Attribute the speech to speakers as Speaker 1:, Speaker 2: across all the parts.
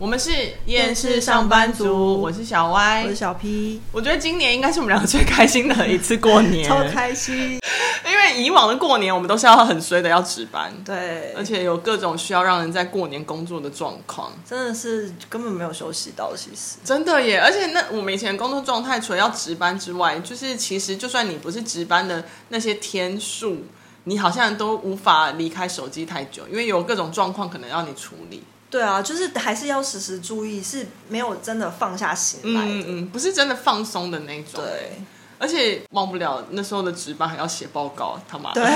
Speaker 1: 我们是厌世上班族，我是小歪
Speaker 2: 我是。小 P，
Speaker 1: 我觉得今年应该是我们两个最开心的一次过年，
Speaker 2: 超开心。
Speaker 1: 因为以往的过年我们都是要很衰的要值班，
Speaker 2: 对，
Speaker 1: 而且有各种需要让人在过年工作的状况，
Speaker 2: 真的是根本没有休息到，其实
Speaker 1: 真的耶！而且那我们以前的工作状态，除了要值班之外，就是其实就算你不是值班的那些天数，你好像都无法离开手机太久，因为有各种状况可能要你处理。
Speaker 2: 对啊，就是还是要时时注意，是没有真的放下心来
Speaker 1: 嗯
Speaker 2: 的。
Speaker 1: 嗯，不是真的放松的那种。
Speaker 2: 对
Speaker 1: 而且忘不了那时候的值班还要写报告，他妈的
Speaker 2: 对，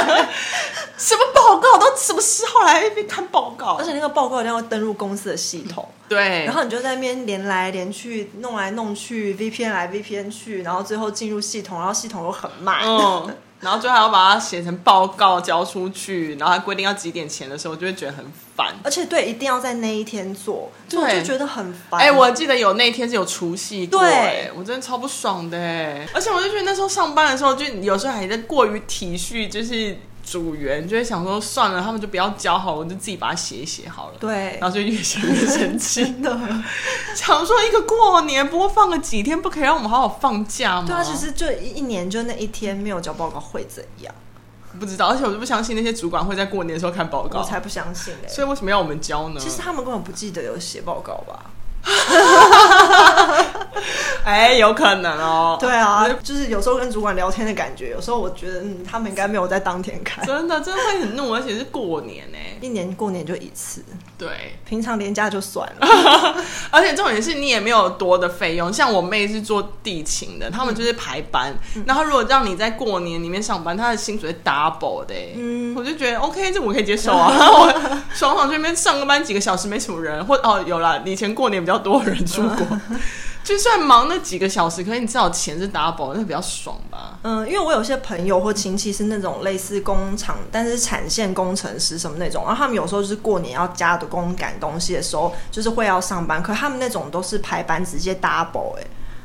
Speaker 1: 什么报告都什么时候来被看报告
Speaker 2: 而？且那个报告一定要登入公司的系统，
Speaker 1: 对，
Speaker 2: 然后你就在那边连来连去，弄来弄去，VPN 来 VPN 去，然后最后进入系统，然后系统又很慢。
Speaker 1: 嗯，然后最后还要把它写成报告交出去，然后还规定要几点前的时候，我就会觉得很烦。
Speaker 2: 而且对，一定要在那一天做，就我
Speaker 1: 对
Speaker 2: 就觉得很烦。
Speaker 1: 哎、我记得有那一天是有除夕过、
Speaker 2: 对
Speaker 1: 哎，我真的超不爽的、哎而且我就觉得那时候上班的时候，就有时候还在过于体恤，就是组员就会想说算了，他们就不要交好了，我就自己把它写一写好了。
Speaker 2: 对
Speaker 1: 然后就越写越生气，
Speaker 2: 真的，
Speaker 1: 想说一个过年不过放个几天，不可以让我们好好放假吗？
Speaker 2: 对啊，其实就一一年就那一天没有交报告会怎样？
Speaker 1: 不知道，而且我就不相信那些主管会在过年的时候看报
Speaker 2: 我
Speaker 1: 告，
Speaker 2: 才不相信嘞、
Speaker 1: 所以为什么要我们交呢？
Speaker 2: 其实他们根本不记得有写报告吧？
Speaker 1: 哎、有可能哦。
Speaker 2: 对啊，就是有时候跟主管聊天的感觉，有时候我觉得，嗯，他们应该没有在当天开。
Speaker 1: 真的真的会很怒，而且是过年哎、
Speaker 2: 一年过年就一次，
Speaker 1: 对，
Speaker 2: 平常年假就算了。
Speaker 1: 而且重点是你也没有多的费用，像我妹是做地勤的，他们就是排班，
Speaker 2: 嗯
Speaker 1: 然后如果让你在过年里面上班，她的薪水是 double 的、欸，
Speaker 2: 嗯
Speaker 1: 我就觉得 OK，这我可以接受啊。 然后我爽爽这边上个班几个小时没什么人，或哦有啦，以前过年比较多人出国，
Speaker 2: 嗯
Speaker 1: 就算忙那几个小时，可是你至少钱是 double，那比较爽吧？
Speaker 2: 嗯，因为我有些朋友或亲戚是那种类似工厂，但是产线工程师什么那种，然后他们有时候就是过年要加的工赶东西的时候，就是会要上班，可他们那种都是排班直接 double 哎、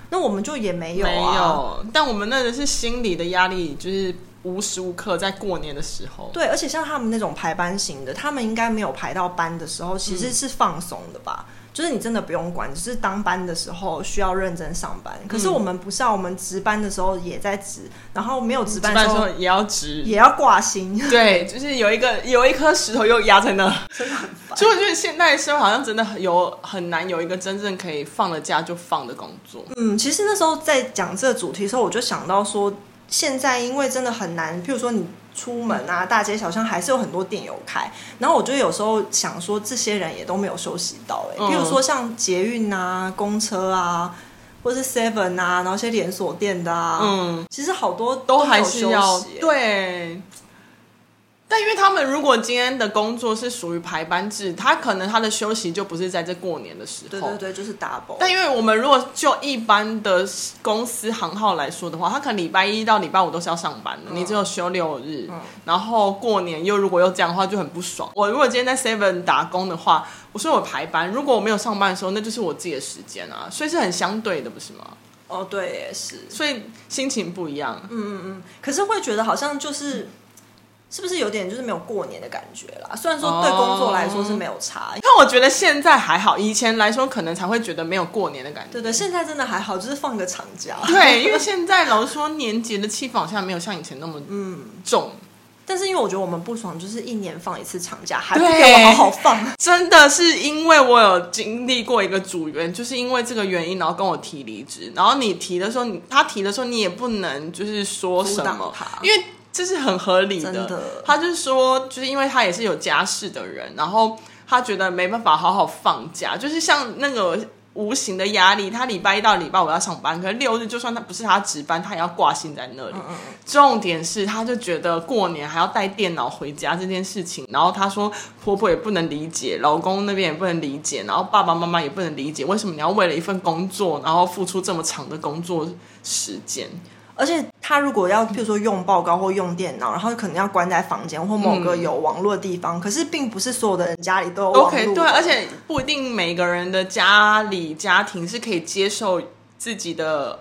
Speaker 2: 那我们就也没有啊，
Speaker 1: 没有，但我们那个是心理的压力，就是无时无刻在过年的时候。
Speaker 2: 对，而且像他们那种排班型的，他们应该没有排到班的时候，其实是放松的吧。就是你真的不用管，只是当班的时候需要认真上班。可是我们不是啊，我们值班的时候也在值，然后没有值
Speaker 1: 吃
Speaker 2: 班
Speaker 1: 饭
Speaker 2: 的
Speaker 1: 的
Speaker 2: 时
Speaker 1: 时
Speaker 2: 候
Speaker 1: 候也要值，
Speaker 2: 也要挂心。
Speaker 1: 对，就是有一个有一颗石头又压在那，真的很烦。所以我觉得现代社会好像真的有很难有一个真正可以放了假就放的工作。
Speaker 2: 嗯，其实那时候在讲这个主题的时候，我就想到说，现在因为真的很难，譬如说你出门啊，大街小巷还是有很多店有开。然后我就有时候想说，这些人也都没有休息到、欸，哎、
Speaker 1: 嗯
Speaker 2: 譬如说像捷运啊、公车啊，或是 Seven 啊，然后一些连锁店的啊，
Speaker 1: 嗯，
Speaker 2: 其实好多
Speaker 1: 都
Speaker 2: 没
Speaker 1: 还
Speaker 2: 有
Speaker 1: 是要
Speaker 2: 休息欸
Speaker 1: 对。但因为他们如果今天的工作是属于排班制，他可能他的休息就不是在这过年的时候。
Speaker 2: 对对对，就是 double。
Speaker 1: 但因为我们如果就一般的公司行号来说的话，他可能礼拜一到礼拜五都是要上班
Speaker 2: 嗯
Speaker 1: 的，你只有休六日，然后过年又如果又这样的话就很不爽。我如果今天在 Seven 打工的话，我说我排班，如果我没有上班的时候，那就是我自己的时间啊，所以是很相对的，不是吗？
Speaker 2: 哦，对，也是。
Speaker 1: 所以心情不一样，
Speaker 2: 嗯可是会觉得好像就是。是不是有点就是没有过年的感觉啦？虽然说对工作来
Speaker 1: 哦
Speaker 2: 说是没有差，
Speaker 1: 但我觉得现在还好，以前来说可能才会觉得没有过年的感觉。
Speaker 2: 对对，现在真的还好，就是放个长假。
Speaker 1: 对，因为现在老实说，年节的气氛好像没有像以前那么
Speaker 2: 嗯
Speaker 1: 重。
Speaker 2: 但是因为我觉得我们不爽，就是一年放一次长假，还不给我好好放。
Speaker 1: 真的是因为我有经历过一个组员，就是因为这个原因，然后跟我提离职。然后你提的时候，你他提的时候，你也不能就是说什
Speaker 2: 阻
Speaker 1: 么
Speaker 2: 挡他，
Speaker 1: 因为这是很合理的。
Speaker 2: 真的
Speaker 1: 他就是说，就是因为他也是有家室的人，然后他觉得没办法好好放假，就是像那个。无形的压力，他礼拜一到礼拜五要上班，可是六日就算他不是他值班，他也要挂心在那里。
Speaker 2: 嗯
Speaker 1: 重点是，她就觉得过年还要带电脑回家这件事情，然后她说婆婆也不能理解，老公那边也不能理解，然后爸爸妈妈也不能理解，为什么你要为了一份工作，然后付出这么长的工作时间？
Speaker 2: 而且他如果要，譬如说用报告或用电脑，然后可能要关在房间或某个有网络的地方，可是并不是所有的人家里都有网络的。
Speaker 1: 嗯 OK，对，而且不一定每个人的家里家庭是可以接受自己的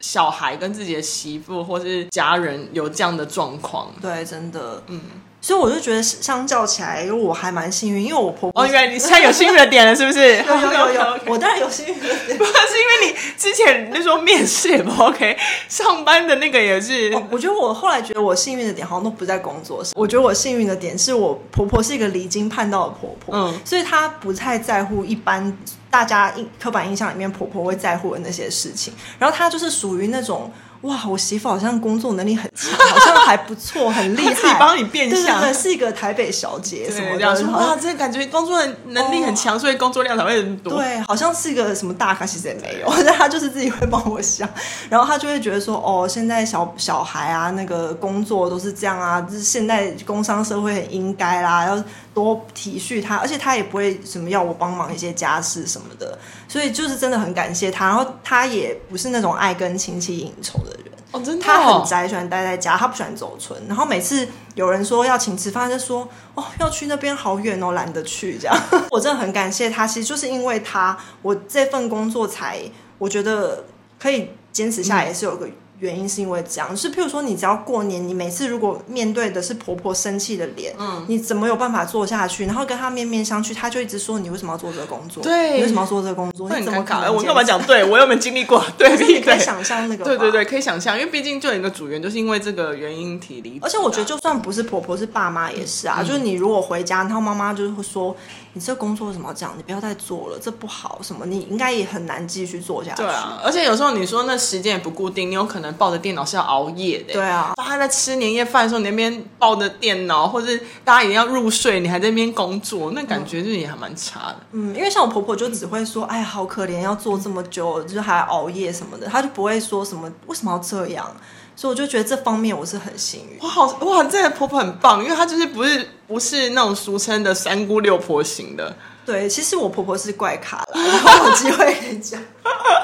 Speaker 1: 小孩跟自己的媳妇或是家人有这样的状况。
Speaker 2: 对，真的，嗯。所以我就觉得相较起来，我还蛮幸运，因为我婆婆
Speaker 1: 哦，原来你现在有幸运的点了，是不是？有
Speaker 2: 有有有，我当然有幸运的点
Speaker 1: 不是因为你之前那时候面试也不 OK，上班的那个也是。
Speaker 2: 哦我觉得我后来觉得我幸运的点好像都不在工作上，我觉得我幸运的点是我婆婆是一个离经叛道的婆婆，
Speaker 1: 嗯
Speaker 2: 所以她不太在乎一般大家印刻板印象里面婆婆会在乎的那些事情，然后她就是属于那种。哇，我媳妇好像工作能力很强，好像还不错，很厉害，
Speaker 1: 她自己帮你变
Speaker 2: 对对
Speaker 1: 相
Speaker 2: 对，是一个台北小姐什么
Speaker 1: 对，
Speaker 2: 的，
Speaker 1: 这样说
Speaker 2: 好像
Speaker 1: 哇，这感觉工作能力很强，所以工作量才会很多。
Speaker 2: 对，好像是一个什么大咖，其实也没有， 但他就是自己会帮我想， 然后他就会觉得说，哦，现在小小孩啊，那个工作都是这样啊，就是现在工商社会很应该啦，要多体恤他，而且他也不会什么要我帮忙一些家事什么的，所以就是真的很感谢他。然后他也不是那种爱跟亲戚应酬的人，
Speaker 1: 哦，真的哦，
Speaker 2: 他很宅，喜欢待在家，他不喜欢走村。然后每次有人说要请吃饭，他就说哦要去那边好远哦，懒得去这样。 我真的很感谢他，其实就是因为他，我这份工作才我觉得可以坚持下来，也是有个。原因是因为这样，就是譬如说，你只要过年，你每次如果面对的是婆婆生气的脸，嗯，你怎么有办法做下去？然后跟她面面相觑，她就一直说你为什么要做这个工作？
Speaker 1: 对
Speaker 2: 你为什么要做这个工作？
Speaker 1: 会很
Speaker 2: 你怎么
Speaker 1: 尴
Speaker 2: 可
Speaker 1: 尬。哎
Speaker 2: 能？
Speaker 1: 我干嘛？讲对？我有没有经历过？对，
Speaker 2: 就是你可以
Speaker 1: 对
Speaker 2: 想象那个，
Speaker 1: 对对对，可以想象，因为毕竟就有一个组员就是因为这个原因体离职啊，嗯
Speaker 2: 而且我觉得，就算不是婆婆，是爸妈也是啊。就是你如果回家，然后妈妈就是会说：“你这工作为什么要这样？你不要再做了，这不好。什么？你应该也很难继续做下去。”
Speaker 1: 对啊，而且有时候你说那时间也不固定，你有可能抱着电脑是要熬夜的。
Speaker 2: 对啊
Speaker 1: 大家在吃年夜饭的时候，你那边抱着电脑，或者大家也要入睡，你还在那边工作，那感觉就是也还蛮差的。
Speaker 2: 嗯，因为像我婆婆就只会说：“哎，好可怜，要做这么久，就是还熬夜什么的。”她就不会说什么为什么要这样。所以我就觉得这方面我是很幸运。
Speaker 1: 哇，好哇，这个婆婆很棒，因为她就是不是不是那种俗称的三姑六婆型的，
Speaker 2: 对，其实我婆婆是怪咖啦，然后有机会可以讲。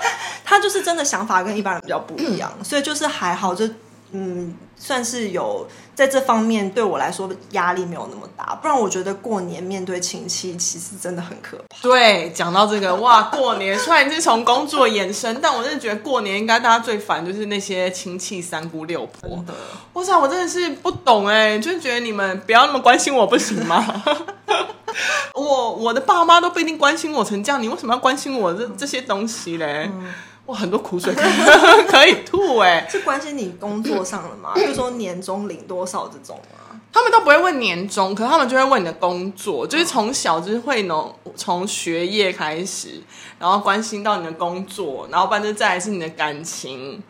Speaker 2: 她就是真的想法跟一般人比较不一样，所以就是还好，就嗯，算是有在这方面对我来说压力没有那么大。不然我觉得过年面对亲戚其实真的很可怕。
Speaker 1: 对，讲到这个，哇，过年虽然是从工作延伸，但我真的觉得过年应该大家最烦就是那些亲戚三姑六婆。
Speaker 2: 嗯
Speaker 1: 哇塞，我真的是不懂哎、就是觉得你们不要那么关心我不行吗？ 我我的爸妈都不一定关心我成这样，你为什么要关心我这这些东西嘞？哇，很多苦水可以 可以吐哎、
Speaker 2: 是关心你工作上了吗？比如说年终领多少这种吗？
Speaker 1: 他们都不会问年终，可是他们就会问你的工作，就是从小就是会从从学业开始，然后关心到你的工作，然后不然就再来是你的感情，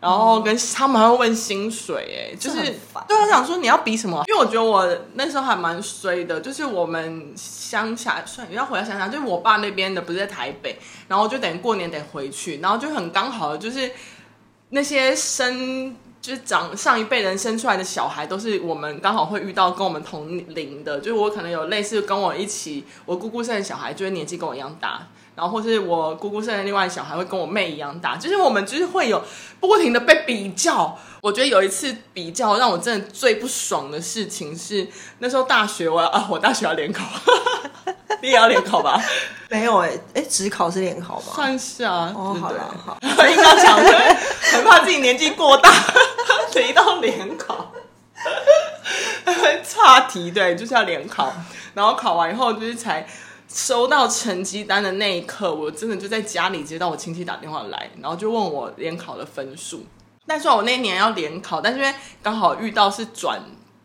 Speaker 1: 然后跟他们还会问薪水，哎，就是
Speaker 2: 这很烦
Speaker 1: 对我想说你要比什么？因为我觉得我那时候还蛮衰的，就是我们乡下，算要回到乡下，就是我爸那边的不是在台北，然后我就等于过年得回去，然后就很刚好的就是。那些生就是长上一辈人生出来的小孩，都是我们刚好会遇到跟我们同龄的，就是我可能有类似跟我一起，我姑姑生的小孩就是年纪跟我一样大，然后或是我姑姑生的另外的小孩会跟我妹一样大，就是我们就是会有不停的被比较。我觉得有一次比较让我真的最不爽的事情是，那时候大学我要啊，我大学要联考，你也要联考吧？
Speaker 2: 没有哎、欸，哎、只考是联考吗？
Speaker 1: 算是啊，
Speaker 2: 哦
Speaker 1: 对，不
Speaker 2: 好
Speaker 1: 对
Speaker 2: 了， 好。
Speaker 1: 所以要讲，很怕自己年纪过大， 提到联考， 差题对，就是要联考。然后考完以后，就是才收到成绩单的那一刻，我真的就在家里接到我亲戚打电话来，然后就问我联考的分数。但虽然我那一年要联考，但是因为刚好遇到是转，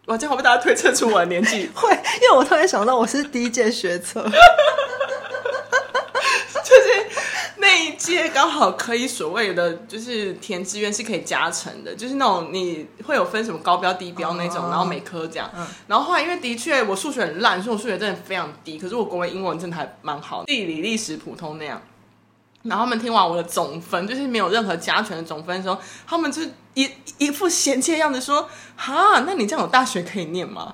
Speaker 1: 我这样会被大家推测出我的年纪，
Speaker 2: 会，因为我突然想到我是第一届学测，
Speaker 1: 那一届刚好可以所谓的就是填志愿是可以加成的，就是那种你会有分什么高标低标那种，
Speaker 2: 哦
Speaker 1: 然后每科这样。然后后来因为的确我数学很烂，所以我数学真的非常低，可是我国文英文真的还蛮好，地理历史普通那样。然后他们听完我的总分，就是没有任何加权的总分的时候，他们就一一副嫌弃的样子说：“哈，那你这样有大学可以念吗？”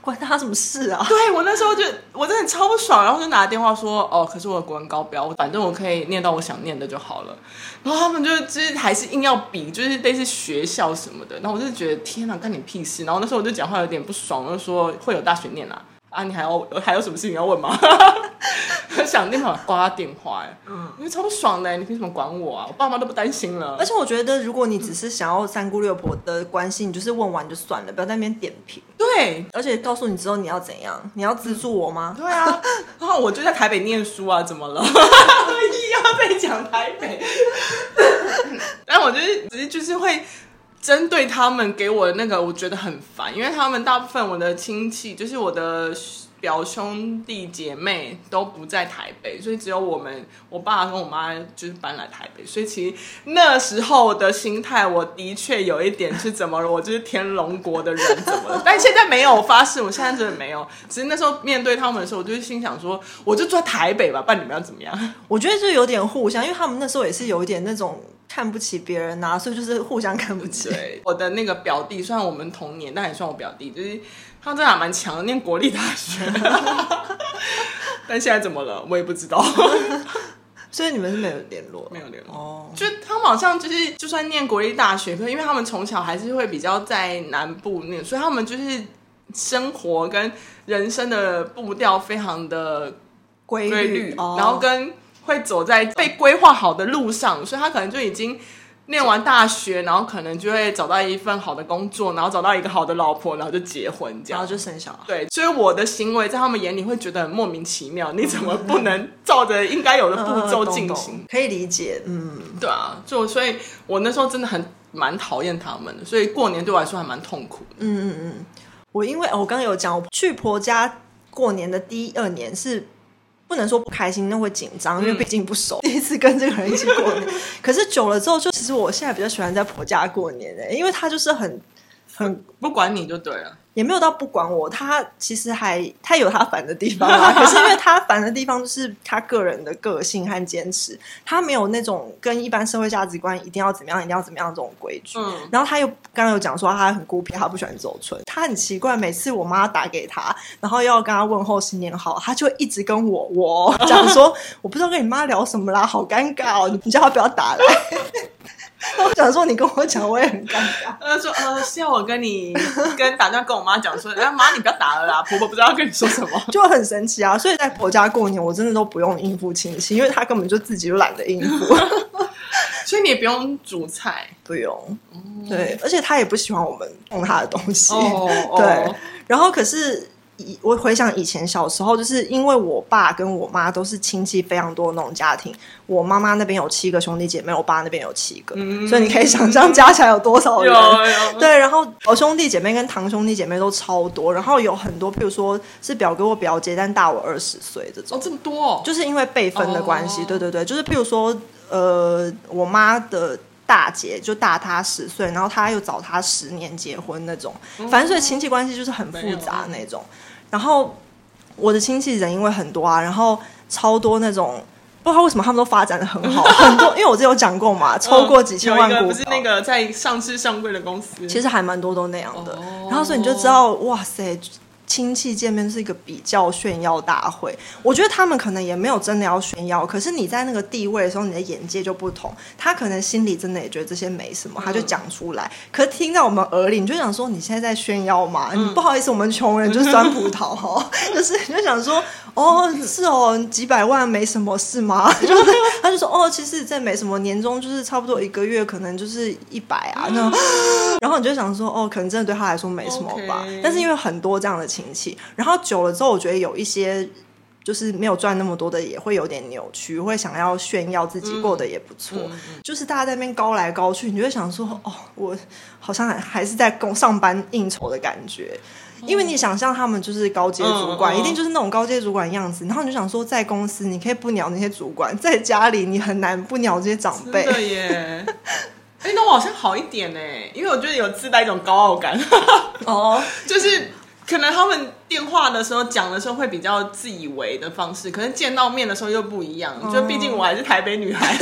Speaker 2: 关他什么事 啊？
Speaker 1: 对我那时候就我真的超不爽，然后就拿电话说哦，可是我的国文高标，反正我可以念到我想念的就好了。然后他们就就是还是硬要比，就是类似学校什么的。然后我就觉得天哪，干你屁事！然后那时候我就讲话有啊 点不爽，我就说会有大学念啦、啊。你还要还有什么事情要问吗？很想立马挂他电话、哎，
Speaker 2: 嗯
Speaker 1: 因为超不爽的、哎你凭什么管我啊？我爸妈都不担心了
Speaker 2: 而。且我觉得，如果你只是想要三姑六婆的关系，你就是问完就算了，不要在那边点评。
Speaker 1: 对，
Speaker 2: 而且告诉你之后你要怎样，你要资助我吗？
Speaker 1: 对啊，然后我就在台北念书啊，怎么了？ 又要被讲台北， 但我就是只是就是会针对他们给我的那个，我觉得很烦，因为他们大部分我的亲戚就是我的。表兄弟姐妹都不在台北，所以只有我们，我爸跟我妈就是搬来台北，所以其实那时候的心态，我的确有一点是怎么了，我就是天龙国的人怎么了？但现在没有，我发誓，我现在真的没有。只是那时候面对他们的时候，我就是心想说，我就住在台北吧，不然你们要怎么样？
Speaker 2: 我觉得就有点互相，因为他们那时候也是有一点那种看不起别人呐、啊所以就是互相看不起。
Speaker 1: 对，我的那个表弟，虽然我们同年，但也算我表弟，就是他真的还蛮强的，念国立大学。 但现在怎么了？我也不知道，
Speaker 2: 所以你们是没有联络，
Speaker 1: 没有联络。
Speaker 2: 哦。
Speaker 1: 就他们好像就是，就算念国立大学，可是因为他们从小还是会比较在南部念，所以他们就是生活跟人生的步调非常的
Speaker 2: 规
Speaker 1: 规律，
Speaker 2: 哦、
Speaker 1: 然后跟会走在被规划好的路上，所以他可能就已经念完大学，然后可能就会找到一份好的工作，然后找到一个好的老婆，然后就结婚这
Speaker 2: 然后
Speaker 1: 样。
Speaker 2: 就生小孩。
Speaker 1: 对，所以我的行为在他们眼里会觉得很莫名其妙，你怎么不能照着应该有的步骤进行
Speaker 2: 嗯懂？懂可以理解，嗯，
Speaker 1: 对啊，就所以，我那时候真的很蛮讨厌他们的，所以过年对我来说还蛮痛苦的。
Speaker 2: 我因为哦我刚刚有讲，我去婆家过年的第一二年是不能说不开心，那会紧张，因为
Speaker 1: 嗯
Speaker 2: 毕竟不熟， 第一次跟这个人一起过年。可是久了之后就，其实我现在比较喜欢在婆家过年的、因为他就是很很
Speaker 1: 不管你就对了，
Speaker 2: 也没有到不管我，他其实还他有他烦的地方啊。可是因为他烦的地方就是他个人的个性和坚持，他没有那种跟一般社会价值观一定要怎么样，一定要怎么样这种规矩。
Speaker 1: 嗯
Speaker 2: 然后他又刚刚有讲说他很孤僻，他不喜欢走村，他很奇怪。每次我妈打给他，然后要跟他问候新年好，他就一直跟我我讲说我不知道跟你妈聊什么啦，好尴尬哦，你叫他不要打来。 我想说你跟我讲，我也很尴尬。
Speaker 1: 呃，说呃，是要我跟你跟打电话跟我妈讲说，哎妈，你不要打了啦，婆婆不知道要跟你说什么。
Speaker 2: 就很神奇啊！所以在婆家过年，我真的都不用应付亲戚，因为他根本就自己就懒得应付，
Speaker 1: 所以你也不用煮菜
Speaker 2: 不用。对，而且他也不喜欢我们碰他的东西。
Speaker 1: 哦
Speaker 2: 对
Speaker 1: 对，
Speaker 2: 然后可是以我回想以前小时候，就是因为我爸跟我妈都是亲戚非常多的那种家庭，我妈妈那边有七个兄弟姐妹，我爸那边有七个，
Speaker 1: 嗯
Speaker 2: 所以你可以想象 加起来有多少
Speaker 1: 有
Speaker 2: 人。
Speaker 1: 有
Speaker 2: 对，然后我兄弟姐妹跟堂兄弟姐妹都超多，然后有很多，譬如说是表哥或表姐，但大我二十岁这种。
Speaker 1: 哦，这么多哦，
Speaker 2: 就是因为辈分的关系，
Speaker 1: 哦
Speaker 2: 对对对，就是譬如说，呃，我妈的大姐就大她十岁，然后她又早她十年结婚那种，
Speaker 1: 哦
Speaker 2: 反正所以亲戚关系就是很复杂那种。然后我的亲戚人因为很多啊，然后超多那种。不知道为什么他们都发展的很好，很多，因为我之前有讲过嘛，超过几千
Speaker 1: 嗯
Speaker 2: 万
Speaker 1: 有一
Speaker 2: 股
Speaker 1: 个
Speaker 2: 票，
Speaker 1: 不是那个在上市上柜的公司，
Speaker 2: 其实还蛮多都那样的。
Speaker 1: 哦
Speaker 2: 然后所以你就知道，哇塞，亲戚见面是一个比较炫耀大会。我觉得他们可能也没有真的要炫耀，可是你在那个地位的时候，你的眼界就不同。他可能心里真的也觉得这些没什么，他就讲出来。可听到我们耳里，你就想说，你现在在炫耀嘛？你不好意思，我们穷人就是酸葡萄哦， 就是你就想说，哦，是哦，几百万没什么事吗？ 就是他就说，哦，其实这没什么，年终就是差不多一个月，可能就是一百啊那种。然后你就想说，哦，可能真的对他来说没什么吧。
Speaker 1: OK
Speaker 2: 但是因为很多这样的亲戚，然后久了之后，我觉得有一些就是没有赚那么多的，也会有点扭曲，会想要炫耀自己过得也不
Speaker 1: 嗯
Speaker 2: 错。就是大家在那边高来高去，你就会想说，哦，我好像还还是在工上班应酬的感觉。因为你想象他们就是高阶主管，
Speaker 1: 哦嗯嗯嗯
Speaker 2: 一定就是那种高阶主管样子，然后你就想说，在公司你可以不鸟那些主管，在家里你很难不鸟这些长辈
Speaker 1: 真。的耶。哎，那我好像好一点呢，因为我觉得有自带一种高傲感，
Speaker 2: 哦，
Speaker 1: 就是可能他们电话的时候讲的时候会比较自以为的方式，可是见到面的时候又不一样，就毕
Speaker 2: 哦
Speaker 1: 竟我还是台北女孩，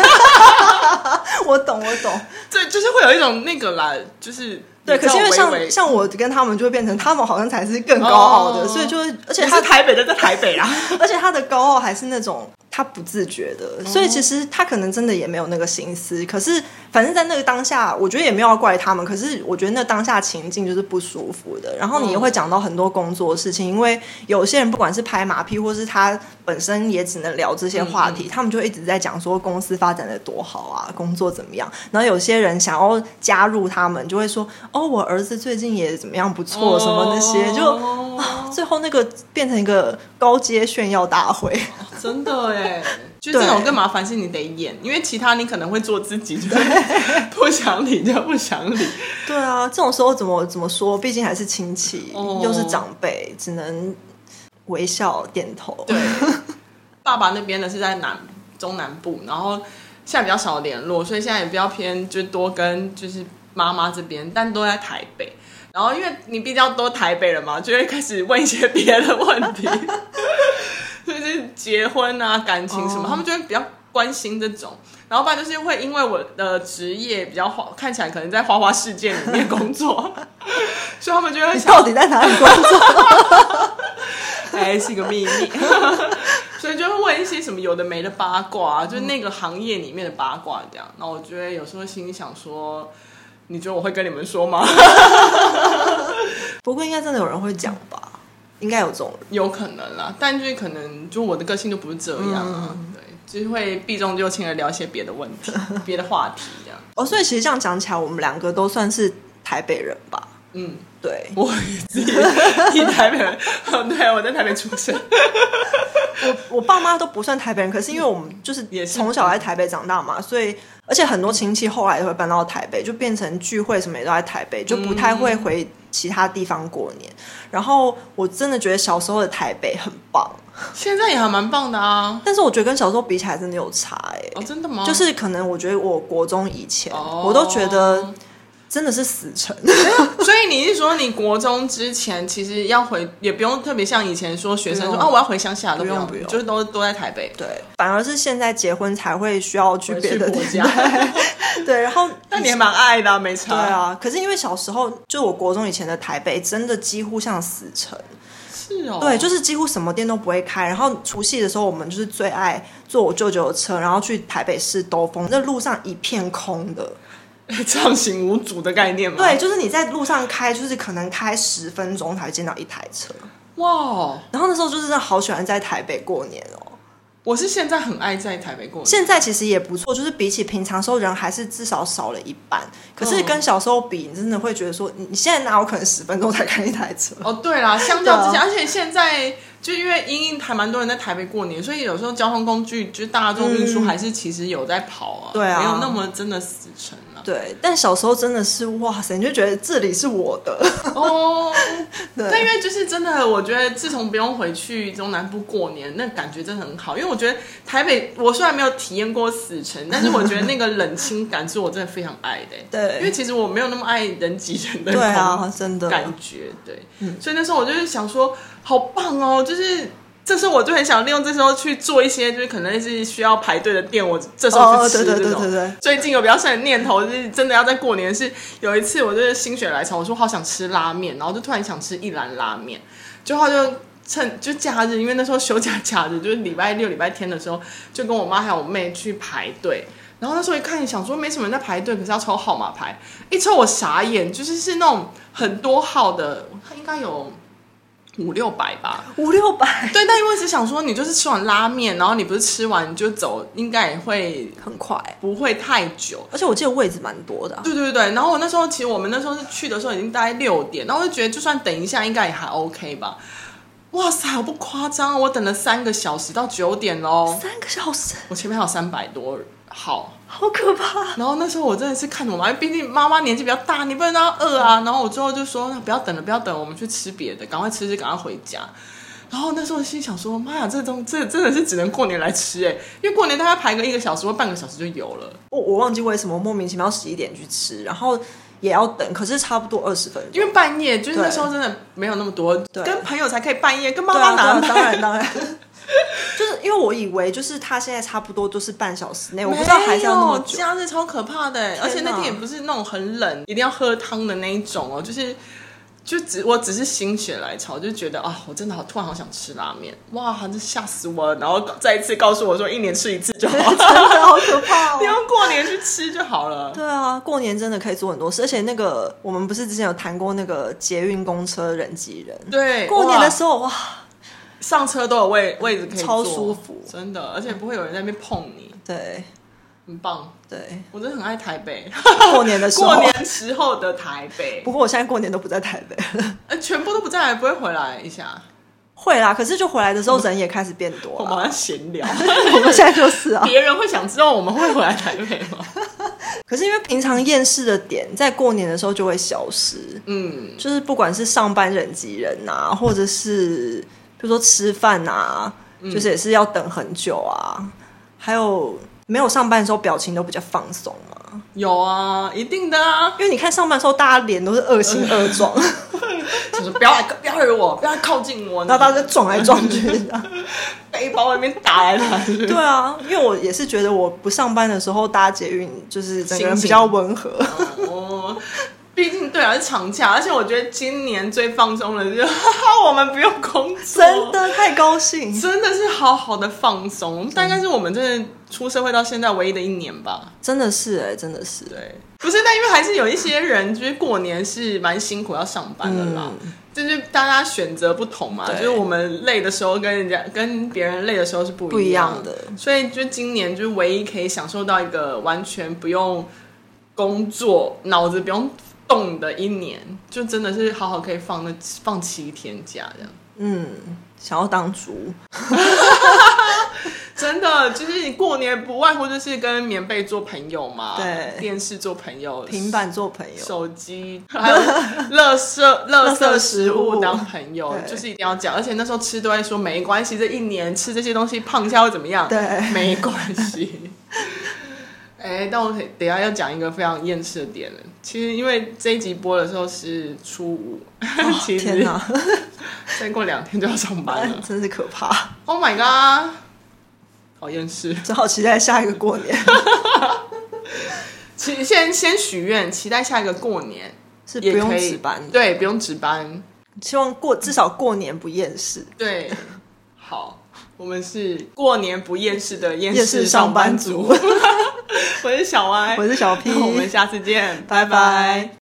Speaker 2: 我懂，我懂。
Speaker 1: 这就是会有一种那个啦，就是
Speaker 2: 对，
Speaker 1: 比
Speaker 2: 可
Speaker 1: 较
Speaker 2: 是因为
Speaker 1: 微微
Speaker 2: 像像我跟他们就会变成，他们好像才是更高傲的，
Speaker 1: 哦
Speaker 2: 所以就会，而且
Speaker 1: 也
Speaker 2: 他
Speaker 1: 是 台北的，在台北啦。啊
Speaker 2: 而且他的高傲还是那种他不自觉的，所以其实他可能真的也没有那个心思。可是，反正在那个当下，我觉得也没有要怪他们。可是，我觉得那当下情境就是不舒服的。然后你也会讲到很多工作的事情，因为有些人不管是拍马屁，或是他本身也只能聊这些话题，他们就一直在讲说公司发展的多好啊，工作怎么样。然后有些人想要加入他们，就会说：“哦，我儿子最近也怎么样不错，什么
Speaker 1: 哦
Speaker 2: 那些。”就 啊最后那个变成一个高阶炫耀大会。
Speaker 1: 真的哎，就这种更麻烦是你得演，因为其他你可能会做自己，就是 不想理就不想理。
Speaker 2: 对啊，这种时候怎么怎么说？毕竟还是亲戚，
Speaker 1: 哦
Speaker 2: 又是长辈，只能微笑点头。
Speaker 1: 对，爸爸那边的是在南中南部，然后现在比较少联络，所以现在也比较偏，就多跟就是妈妈这边，但都在台北。然后因为你比较多台北人嘛，就会开始问一些别的问题， 就是结婚啊、感情什么
Speaker 2: 哦
Speaker 1: 他们就会比较关心这种。然后爸就是会因为我的职业比较花，看起来可能在花花世界里面工作， 所以他们就会
Speaker 2: 你
Speaker 1: 想
Speaker 2: 到底在哪里工作？
Speaker 1: 哎，是个秘密。 所以就会问一些什么有的没的八卦、啊，就是那个行业里面的八卦这样。那我觉得有时候心里想说，你觉得我会跟你们说吗？
Speaker 2: 不过应该真的有人会讲吧？应该有这种人。
Speaker 1: 有可能啦，但就是可能就我的个性就不是这样啊，对，就是会避重就轻的聊一些别的问 题、别的话题这样。
Speaker 2: 哦，所以其实这样讲起来，我们两个都算是台北人吧？
Speaker 1: 嗯，
Speaker 2: 对，
Speaker 1: 我自己一台北 人，对我在台北出生，
Speaker 2: 我爸妈都不算台北人，可是因为我们就是
Speaker 1: 也是
Speaker 2: 从小在台北长大嘛，所以而且很多亲戚后来也会搬到台北，就变成聚会什么也都在台北，就不太会回其他地方过年。然后我真的觉得小时候的台北很棒，
Speaker 1: 现在也还蛮棒的啊。
Speaker 2: 但是我觉得跟小时候比起来真的有差哎、
Speaker 1: 哦，真的吗？
Speaker 2: 就是可能我觉得我国中以前，
Speaker 1: 哦
Speaker 2: 我都觉得真的是死城。
Speaker 1: 所以你是说，你国中之前其实要回，也不用特别像以前说学生
Speaker 2: 不
Speaker 1: 说
Speaker 2: 用
Speaker 1: 啊，我要回乡下，都
Speaker 2: 不用
Speaker 1: 用，
Speaker 2: 不用
Speaker 1: 就是都都在台北。
Speaker 2: 对，反而是现在结婚才会需要去
Speaker 1: 回
Speaker 2: 别
Speaker 1: 去
Speaker 2: 的
Speaker 1: 国
Speaker 2: 地
Speaker 1: 家
Speaker 2: 方。 对，然后
Speaker 1: 那你也蛮爱的啊、没差。
Speaker 2: 对，啊，可是因为小时候，就我国中以前的台北，真的几乎像死城。
Speaker 1: 是哦。
Speaker 2: 对，就是几乎什么店都不会开。然后除夕的时候，我们就是最爱坐我舅舅的车，然后去台北市兜风，那路上一片空的。
Speaker 1: 是畅行无阻的概念嘛。
Speaker 2: 对，，就是你在路上开，就是可能开十分钟才会见到一台车。
Speaker 1: 哇，
Speaker 2: 然后那时候就是真的好喜欢在台北过年哦。
Speaker 1: 我是现在很爱在台北过年。
Speaker 2: 现在其实也不错，就是比起平常时候人还是至少少了一半。可是跟小时候比，你真的会觉得说，你你现在哪有可能十分钟才开一台车？
Speaker 1: 哦，对啦，相较之
Speaker 2: 对
Speaker 1: 下，
Speaker 2: 啊
Speaker 1: 而且现在就因为因应还蛮多人在台北过年，所以有时候交通工具就大众运输
Speaker 2: 嗯
Speaker 1: 还是其实有在跑啊，
Speaker 2: 对啊
Speaker 1: 没有那么真的死沉啊。
Speaker 2: 对，但小时候真的是哇塞，你就觉得这里是我的。
Speaker 1: 哦， 但因
Speaker 2: 对，
Speaker 1: 为就是真的，我觉得自从不用回去中南部过年，那感觉真的很好。因为我觉得台北，我虽然没有体验过死城，但是我觉得那个冷清感是我真的非常爱的、
Speaker 2: 对
Speaker 1: 因为其实我没有那么爱人挤人的
Speaker 2: 对
Speaker 1: 空
Speaker 2: 啊，真的。
Speaker 1: 感觉，对。所以那时候我就是想说，好棒哦，就是。这时候我就很想利用这时候去做一些，就是可能是需要排队的店，我这时候
Speaker 2: 哦
Speaker 1: 去吃
Speaker 2: 对
Speaker 1: 这
Speaker 2: 对对
Speaker 1: 种。
Speaker 2: 对对
Speaker 1: 最近有比较深的念头，就是真的要在过年是。有一次我就是心血来潮，我说好想吃拉面，然后就突然想吃一兰拉面，就他就趁就假日，因为那时候休假假日，就是礼拜六、礼拜天的时候，就跟我妈还有我妹去排队。然后那时候一看，想说没什么人在排队，可是要抽号码牌，一抽我傻眼，就是是那种很多号的，它应该有五六百吧。
Speaker 2: 五六百，
Speaker 1: 对，但因为只想说，你就是吃完拉面，然后你不是吃完就走，应该也会
Speaker 2: 很快。
Speaker 1: 不会太久。
Speaker 2: 而且我记得位置蛮多的啊、
Speaker 1: 对对对，然后我那时候其实我们那时候是去的时候已经大概六点，然后我就觉得就算等一下应该也还 OK 吧。哇塞，我不夸张，我等了三个小时到九点喽，
Speaker 2: 三个小时，
Speaker 1: 我前面还有三百多人号。
Speaker 2: 好可怕！
Speaker 1: 然后那时候我真的是看我妈，因为毕竟妈妈年纪比较大，你不能让她饿啊。然后我最后就说，那不要等了，不要等了，我们去吃别的，赶快吃吃，赶快回家。然后那时候我心想说，妈呀，这东这真的是只能过年来吃哎、因为过年大概排个一个小时或半个小时就有了。
Speaker 2: 我我忘记为什么莫名其妙十一点去吃，然后也要等，可是差不多二十分钟。
Speaker 1: 因为半夜就是
Speaker 2: 对
Speaker 1: 那时候真的没有那么多，
Speaker 2: 对
Speaker 1: 跟朋友才可以半夜，跟妈
Speaker 2: 对
Speaker 1: 妈
Speaker 2: 啊，对
Speaker 1: 哪来
Speaker 2: 啊当然当然， 就是因为我以为就是他现在差不多都是半小时内，我
Speaker 1: 没
Speaker 2: 不
Speaker 1: 有，
Speaker 2: 知道还是要那么久。
Speaker 1: 假日超可怕的，而且那
Speaker 2: 哪
Speaker 1: 天也不是那种很冷，一定要喝汤的那一种哦，就是就只我只是心血来潮，就觉得啊，我真的好突然好想吃拉面，哇，这吓死我了！然后再一次告诉我说，一年吃一次 就好
Speaker 2: 真的好可怕
Speaker 1: 不
Speaker 2: 哦。
Speaker 1: 用过年去吃就好了。
Speaker 2: 对啊，过年真的可以做很多事，而且那个我们不是之前有谈过那个捷运公车人挤人，
Speaker 1: 对，
Speaker 2: 过年的
Speaker 1: 候
Speaker 2: 时候哇，
Speaker 1: 上车都有位位置可以坐
Speaker 2: 超舒服
Speaker 1: 真的，而且不会有人在那边碰你，
Speaker 2: 对
Speaker 1: 很棒。
Speaker 2: 对，
Speaker 1: 我真的很爱台北，
Speaker 2: 过年的时候，
Speaker 1: 过年时候的台北
Speaker 2: 不，过我现在过年都不在台北了，
Speaker 1: 呃，全部都不在，不会回来一下。
Speaker 2: 会啦，可是就回来的时候人也开始变多
Speaker 1: 我们嗯
Speaker 2: 了。
Speaker 1: 好像闲 聊，
Speaker 2: 我们现在就是啊，
Speaker 1: 别人会想知道我们会回来台北 吗？
Speaker 2: 可是因为平常厌世的点在过年的时候就会消失，
Speaker 1: 嗯，
Speaker 2: 就是不管是上班人挤人啊，或者是比如说吃饭啊，
Speaker 1: 嗯
Speaker 2: 就是也是要等很久啊，还有没有上班的时候表情都比较放松嘛，
Speaker 1: 有啊，一定的啊。
Speaker 2: 因为你看上班的时候大家脸都是恶心恶状，
Speaker 1: 就是不 要来，不要惹我，不要来靠近我。
Speaker 2: 然后大家就撞来撞去的。
Speaker 1: 背包外面打来 打去。
Speaker 2: 对啊，因为我也是觉得我不上班的时候搭捷运就是整个人比较温和，
Speaker 1: 哦，毕竟对啊是长假，而且我觉得今年最放松的就是， 哈哈，我们不用工作，
Speaker 2: 真的太高兴。
Speaker 1: 真的是好好的放松，大概是我们真的出社会到现在唯一的一年吧。
Speaker 2: 真的是哎、真的是。
Speaker 1: 对，不是，但因为还是有一些人，就是过年是蛮辛苦要上
Speaker 2: 嗯
Speaker 1: 班的啦。就是大家选择不同嘛，
Speaker 2: 对
Speaker 1: 就是我们累的时候跟人家跟别人累的时候是不
Speaker 2: 不一
Speaker 1: 样
Speaker 2: 样的
Speaker 1: 所以就今年就是唯一可以享受到一个完全不用工作、脑子不用动的一年，就真的是好好可以放那放七天假这样。
Speaker 2: 嗯，想要当猪，
Speaker 1: 真的，就是你过年不外乎就是跟棉被做朋友嘛，
Speaker 2: 对
Speaker 1: 电视做朋友，
Speaker 2: 平板做朋友，
Speaker 1: 手机，还有垃圾、垃圾食物当朋友，
Speaker 2: 对
Speaker 1: 就是一定要讲。而且那时候吃都会说没关系，这一年吃这些东西 胖一下会怎么样？
Speaker 2: 对
Speaker 1: 没关系。 哎、但我得等一下要讲一个非常厌世的点了。其实因为这一集播的时候是初五， 其
Speaker 2: 哦 天
Speaker 1: 实
Speaker 2: 哪，
Speaker 1: 再过两天就要上班了。
Speaker 2: 真是可怕！
Speaker 1: Oh my god！好厌世。
Speaker 2: 只好期待下一个过年
Speaker 1: 其先先许愿，期待下一个过年
Speaker 2: 是不
Speaker 1: 也
Speaker 2: 用
Speaker 1: 可以
Speaker 2: 值班的，
Speaker 1: 对，不用值班。
Speaker 2: 希望过至少过年不厌世。
Speaker 1: 对，好，我们是过年不厌世的厌
Speaker 2: 厌
Speaker 1: 世
Speaker 2: 世
Speaker 1: 上
Speaker 2: 上
Speaker 1: 班
Speaker 2: 班
Speaker 1: 族
Speaker 2: 族。
Speaker 1: 我是小歪，
Speaker 2: 我是小 P，
Speaker 1: 我们下次见，
Speaker 2: 拜拜